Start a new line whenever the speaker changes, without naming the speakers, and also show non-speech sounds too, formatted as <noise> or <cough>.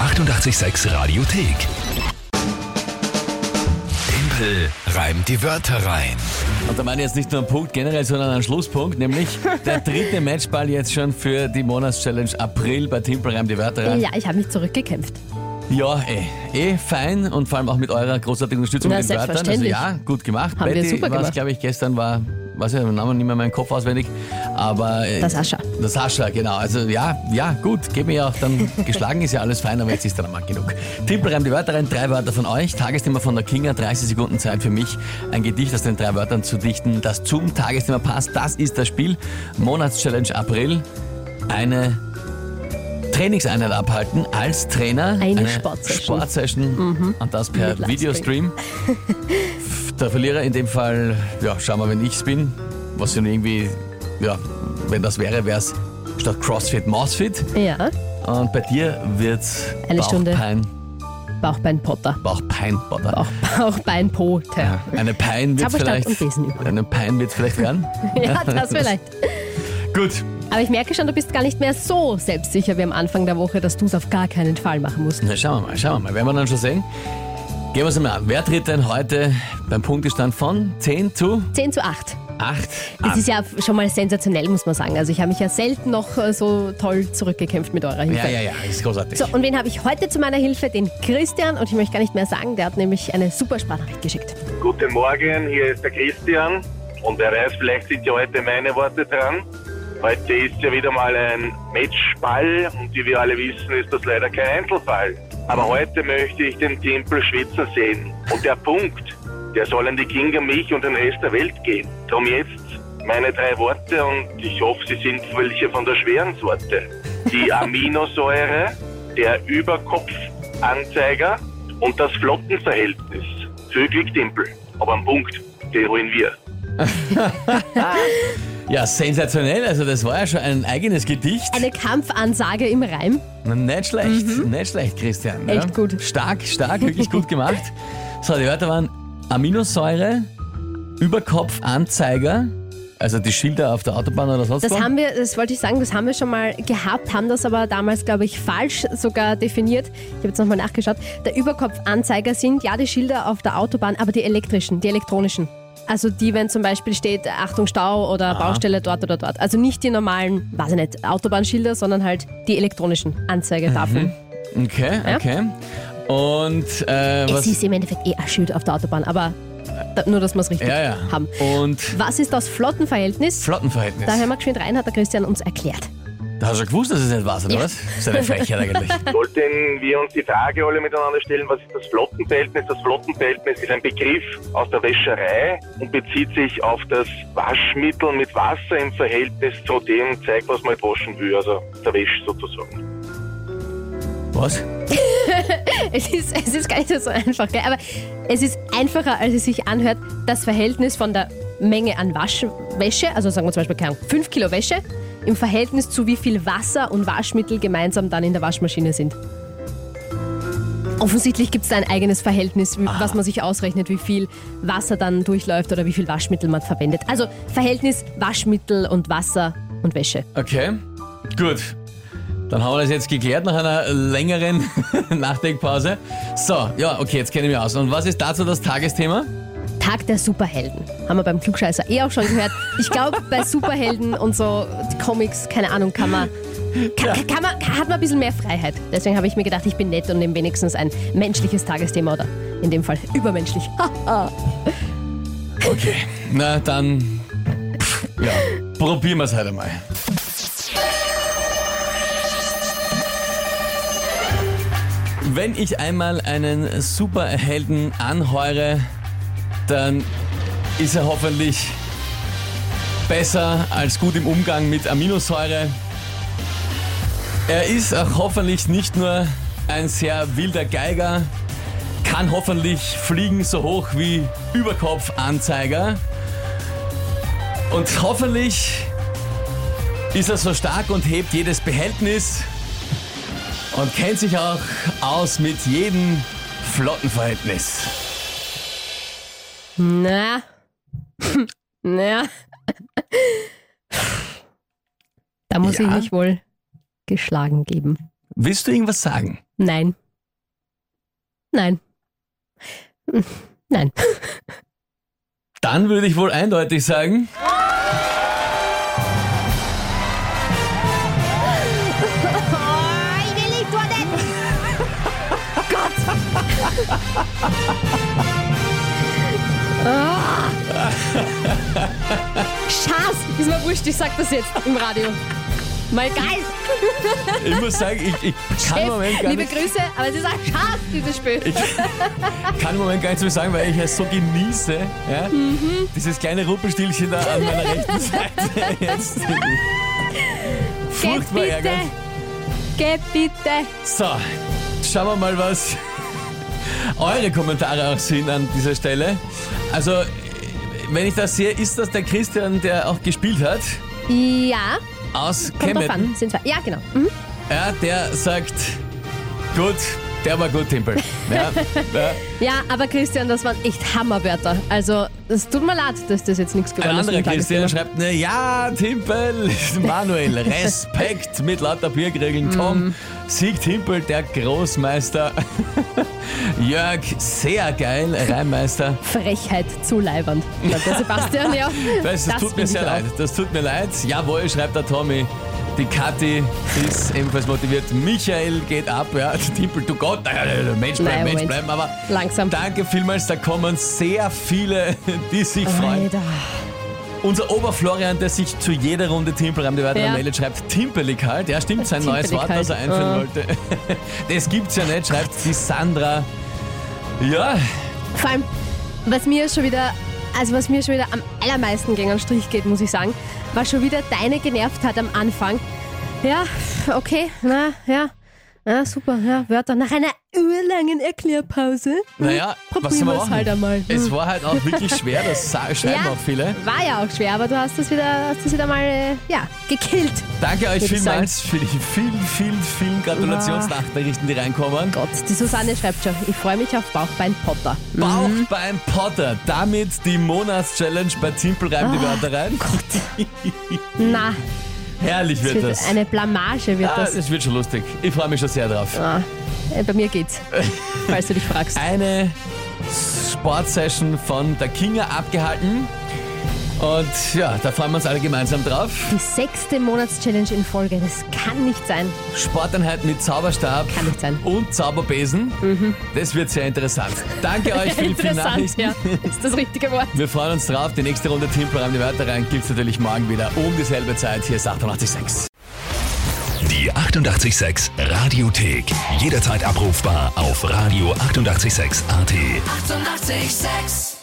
886 Radiothek. Tempel reimt die Wörter rein.
Und da meine ich jetzt nicht nur einen Punkt generell, sondern einen Schlusspunkt, nämlich der dritte Matchball jetzt schon für die Monatschallenge April bei Timpel reimt die Wörter rein.
Ja, ich habe mich zurückgekämpft.
Ja, eh, eh fein und vor allem auch mit eurer großartigen Unterstützung
Na,
mit den Wörtern. Also
selbstverständlich.
ja, gut gemacht.
Haben wir
Betty,
super
was
gemacht.
glaube ich gestern war, weiß ich den Namen nicht mehr meinen Kopf auswendig, aber äh,
Der Sascha.
Der Sascha, genau. Also ja, ja, gut, gebe mir ja auch
<laughs>
dann geschlagen ist ja alles fein, aber jetzt ist dann mal genug. Timpel reimt die Wörter rein, drei Wörter von euch, Tagesthema von der Kinga, 30 Sekunden Zeit für mich, ein Gedicht aus den drei Wörtern zu dichten, das zum Tagesthema passt. Das ist das Spiel Monatschallenge April. Eine Trainingseinheit abhalten als Trainer.
Eine Sportsession. Mhm.
Sportsession. Und das per
Mit Livestream. <laughs>
Videostream. F- Der Verlierer in dem Fall, ja, schauen wir, wenn ich's bin, was dann irgendwie, ja, wenn das wäre, wäre es statt CrossFit Mossfit.
Ja,
Und bei dir wird's
Eine Stunde.
Bauchpein,
Bauchbein Potter.
Bauchpein, Potter.
Auch <laughs> Bauchbein Potter.
Eine Pein wird
Zauberstab
vielleicht.
und Besenübung.
Eine Pein wird vielleicht
<laughs>
werden.
<laughs> Ja, das vielleicht.
Gut.
Aber ich merke schon, du bist gar nicht mehr so selbstsicher wie am Anfang der Woche, dass du es auf gar keinen Fall machen musst.
Na, schauen wir mal, schauen wir mal. Werden wir dann schon sehen. Gehen wir es mal an. Wer tritt denn heute beim Punktestand von 10 zu
10 zu 8.
8
Das ist ja schon mal sensationell, muss man sagen. Also ich habe mich ja selten noch äh, so toll zurückgekämpft mit eurer Hilfe.
Ja, ja, ja, ist großartig.
So, und wen habe ich heute zu meiner Hilfe? Den Christian. Und ich möchte gar nicht mehr sagen, der hat nämlich eine super Sprachnachricht geschickt.
Guten Morgen, hier ist der Christian. Und wer weiß, vielleicht sind ja heute meine Worte dran. Heute ist ja wieder mal ein Matchball und wie wir alle wissen, ist das leider kein Einzelfall. Aber heute möchte ich den Tempel schwitzen sehen. Und der Punkt, der soll an die Kinga, mich und den Rest der Welt gehen. Darum jetzt meine drei Worte und ich hoffe, sie sind welche von der schweren Sorte. Die Aminosäure, der Überkopfanzeiger und das Flottenverhältnis. Vögel Tempel. Aber am Punkt, den holen wir.
Ja, sensationell. Also, das war ja schon ein eigenes Gedicht.
Eine Kampfansage im Reim.
Nicht schlecht, nicht schlecht, Christian.
Echt gut.
Stark, stark, wirklich gut gemacht. So, die Wörter waren Aminosäure, Überkopfanzeiger, also die Schilder auf der Autobahn oder sonst
Das
wo.
haben wir, das wollte ich sagen, das haben wir schon mal gehabt, haben das aber damals, glaube ich, falsch sogar definiert. Ich habe jetzt nochmal nachgeschaut. Der Überkopfanzeiger sind ja die Schilder auf der Autobahn, aber die elektrischen, die elektronischen. Also die, wenn zum Beispiel steht, Achtung Stau oder Baustelle dort oder dort. Also nicht die normalen, weiß ich nicht, Autobahnschilder, sondern halt die elektronischen
Mhm.
Anzeigetafeln.
okay,
Ja.
okay. Und äh,
Es
was.
ist im Endeffekt eh ein Schild auf der Autobahn, aber da, nur, dass wir es richtig
ja, ja.
haben.
Und
Was ist das Flottenverhältnis?
Flottenverhältnis.
da hören wir geschwind rein, hat der Christian uns erklärt.
Da hast du gewusst, dass es nicht war, oder
Ja.
was? Das ist eine Frechheit eigentlich.
Sollten wir uns die Frage alle miteinander stellen, was ist das Flottenverhältnis? Das Flottenverhältnis ist ein Begriff aus der Wäscherei und bezieht sich auf das Waschmittel mit Wasser im Verhältnis zu dem Zeug, was man halt waschen will, also der Wäsche sozusagen.
Was?
Es ist, es ist gar nicht so einfach, gell? aber es ist einfacher, als es sich anhört, das Verhältnis von der Menge an Wasch Wäsche, also sagen wir zum Beispiel, keine Ahnung, 5 Kilo Wäsche, im Verhältnis zu wie viel Wasser und Waschmittel gemeinsam dann in der Waschmaschine sind. Offensichtlich gibt es da ein eigenes Verhältnis, wie- was man sich ausrechnet, wie viel Wasser dann durchläuft oder wie viel Waschmittel man verwendet. Also Verhältnis Waschmittel und Wasser und Wäsche.
Okay, gut. Dann haben wir das jetzt geklärt nach einer längeren <laughs> Nachdenkpause. So, ja, okay, jetzt kenne ich mich aus. Und was ist dazu das Tagesthema?
Tag der Superhelden. Haben wir beim Klugscheißer eh auch schon gehört. Ich glaube, bei Superhelden und so die Comics, keine Ahnung, kann man, kann, kann man, hat man ein bisschen mehr Freiheit. Deswegen habe ich mir gedacht, ich bin nett und nehme wenigstens ein menschliches Tagesthema oder in dem Fall übermenschlich.
Okay, na dann, pff, ja, probieren wir es heute mal. Wenn ich einmal einen Superhelden anheure, dann ist er hoffentlich besser als gut im Umgang mit Aminosäure. Er ist auch hoffentlich nicht nur ein sehr wilder Geiger, kann hoffentlich fliegen so hoch wie Überkopfanzeiger. Und hoffentlich ist er so stark und hebt jedes Behältnis und kennt sich auch aus mit jedem Flottenverhältnis.
Na, <laughs> na, da muss
Ja?
ich mich wohl geschlagen geben.
Willst du irgendwas sagen?
Nein. Nein. Nein.
Dann würde ich wohl eindeutig sagen.
ich will nicht worden.
Schaß! Ist mir wurscht, ich sag das jetzt im Radio. Mal geil!
Ich muss sagen, ich, ich kann im Moment gar
Liebe
nicht,
Grüße, aber es ist ein Schaß, dieses Spiel.
kann im Moment gar nicht so viel sagen, weil ich es so genieße. Ja?
Mhm.
Dieses kleine Rumpelstilchen da an meiner
<laughs>
rechten Seite. Jetzt.
Geh
Furchtbar
bitte!
ärgernd.
Geh bitte!
So, schauen wir mal, was eure Kommentare auch sind an dieser Stelle. Also, wenn ich das sehe, ist das der Christian, der auch gespielt hat,
Ja,
aus
kommt drauf
Kempten.
an. Sind zwei. Ja, genau. Mhm.
Ja, der sagt, gut, der war gut, Timpel.
<laughs>
Ja, ja.
Ja, aber Christian, das waren echt Hammerwörter. Also, es tut mir leid, dass das jetzt nichts
Ein
geworden ist.
anderer
mit dem
Christian
Tagesthema.
schreibt, na ja, Timpel, <laughs> Manuel, Respekt mit lauter
Mm.
Bierkriegeln. Tom, Sieg Timpel, der Großmeister. <laughs> Jörg, sehr geil, Rheinmeister.
Frechheit
<laughs>
zuleibernd. Ich glaub, Der Sebastian, ja.
Das, das tut mir
find
sehr
ich auch.
leid. Das tut mir leid. Jawohl, schreibt der Tommy. Die Kathi ist ebenfalls motiviert. Michael geht ab. Ja, Timpel, du Gott. Naja, Mensch bleiben,
Nein,
Mensch
Moment.
bleiben. Aber
Langsam.
danke vielmals. Da kommen sehr viele, die
Oh,
sich freuen.
Alter.
Unser Oberflorian, der sich zu jeder Runde Timpelreim die weiteren
Ja.
meldet, schreibt Timpelig halt. Ja, stimmt, sein neues Wort,
Timpelig
das er einführen
halt.
wollte. <laughs> Das gibt's ja nicht, schreibt die Sandra. Ja,
Vor allem, was mir schon wieder, also was mir schon wieder am allermeisten gegen den Strich geht, muss ich sagen, war schon wieder deine Genervtheit am Anfang. Ja, okay, na, ja. Ja, super, ja, Wörter. Nach einer urlangen Erklärpause.
naja, was
Probieren
soll man
wir es
machen?
halt einmal.
Es war halt auch wirklich schwer, das
<laughs>
sa- schreiben
ja,
auch viele.
War ja auch schwer, aber du hast das wieder, hast das wieder mal, äh, ja, gekillt.
Danke euch
Würde ich sagen.
vielmals für die vielen, vielen, vielen Gratulationsnachrichten, die reinkommen.
Gott, die Susanne schreibt schon, ich freue mich auf Bauchbein Potter.
Bauch beim Potter, damit die Monatschallenge bei Timpel reimt die
Ah,
Wörter rein.
Na,
Herrlich
es
wird
wird
das.
eine Blamage wird
Ah,
das.
es wird schon lustig. Ich freue mich schon sehr drauf.
Ah, äh, bei
<laughs>
mir geht's, falls du dich fragst.
Eine Sportsession von der Kinga abgehalten. Und ja, da freuen wir uns alle gemeinsam drauf.
Die sechste Monatschallenge in Folge, das kann nicht sein.
Sporteinheit mit Zauberstab
Kann nicht sein. Mhm.
und Zauberbesen. Das wird sehr interessant. Danke euch für die vielen
Interessant,
Nachrichten.
ja. Ist das richtige Wort.
Wir freuen uns drauf. Die nächste Runde Timpelreim die Wörter rein gibt's natürlich morgen wieder um dieselbe Zeit. Hier ist 886.
Die 886 Radiothek. Jederzeit abrufbar auf radio886.at. 886! 886.
886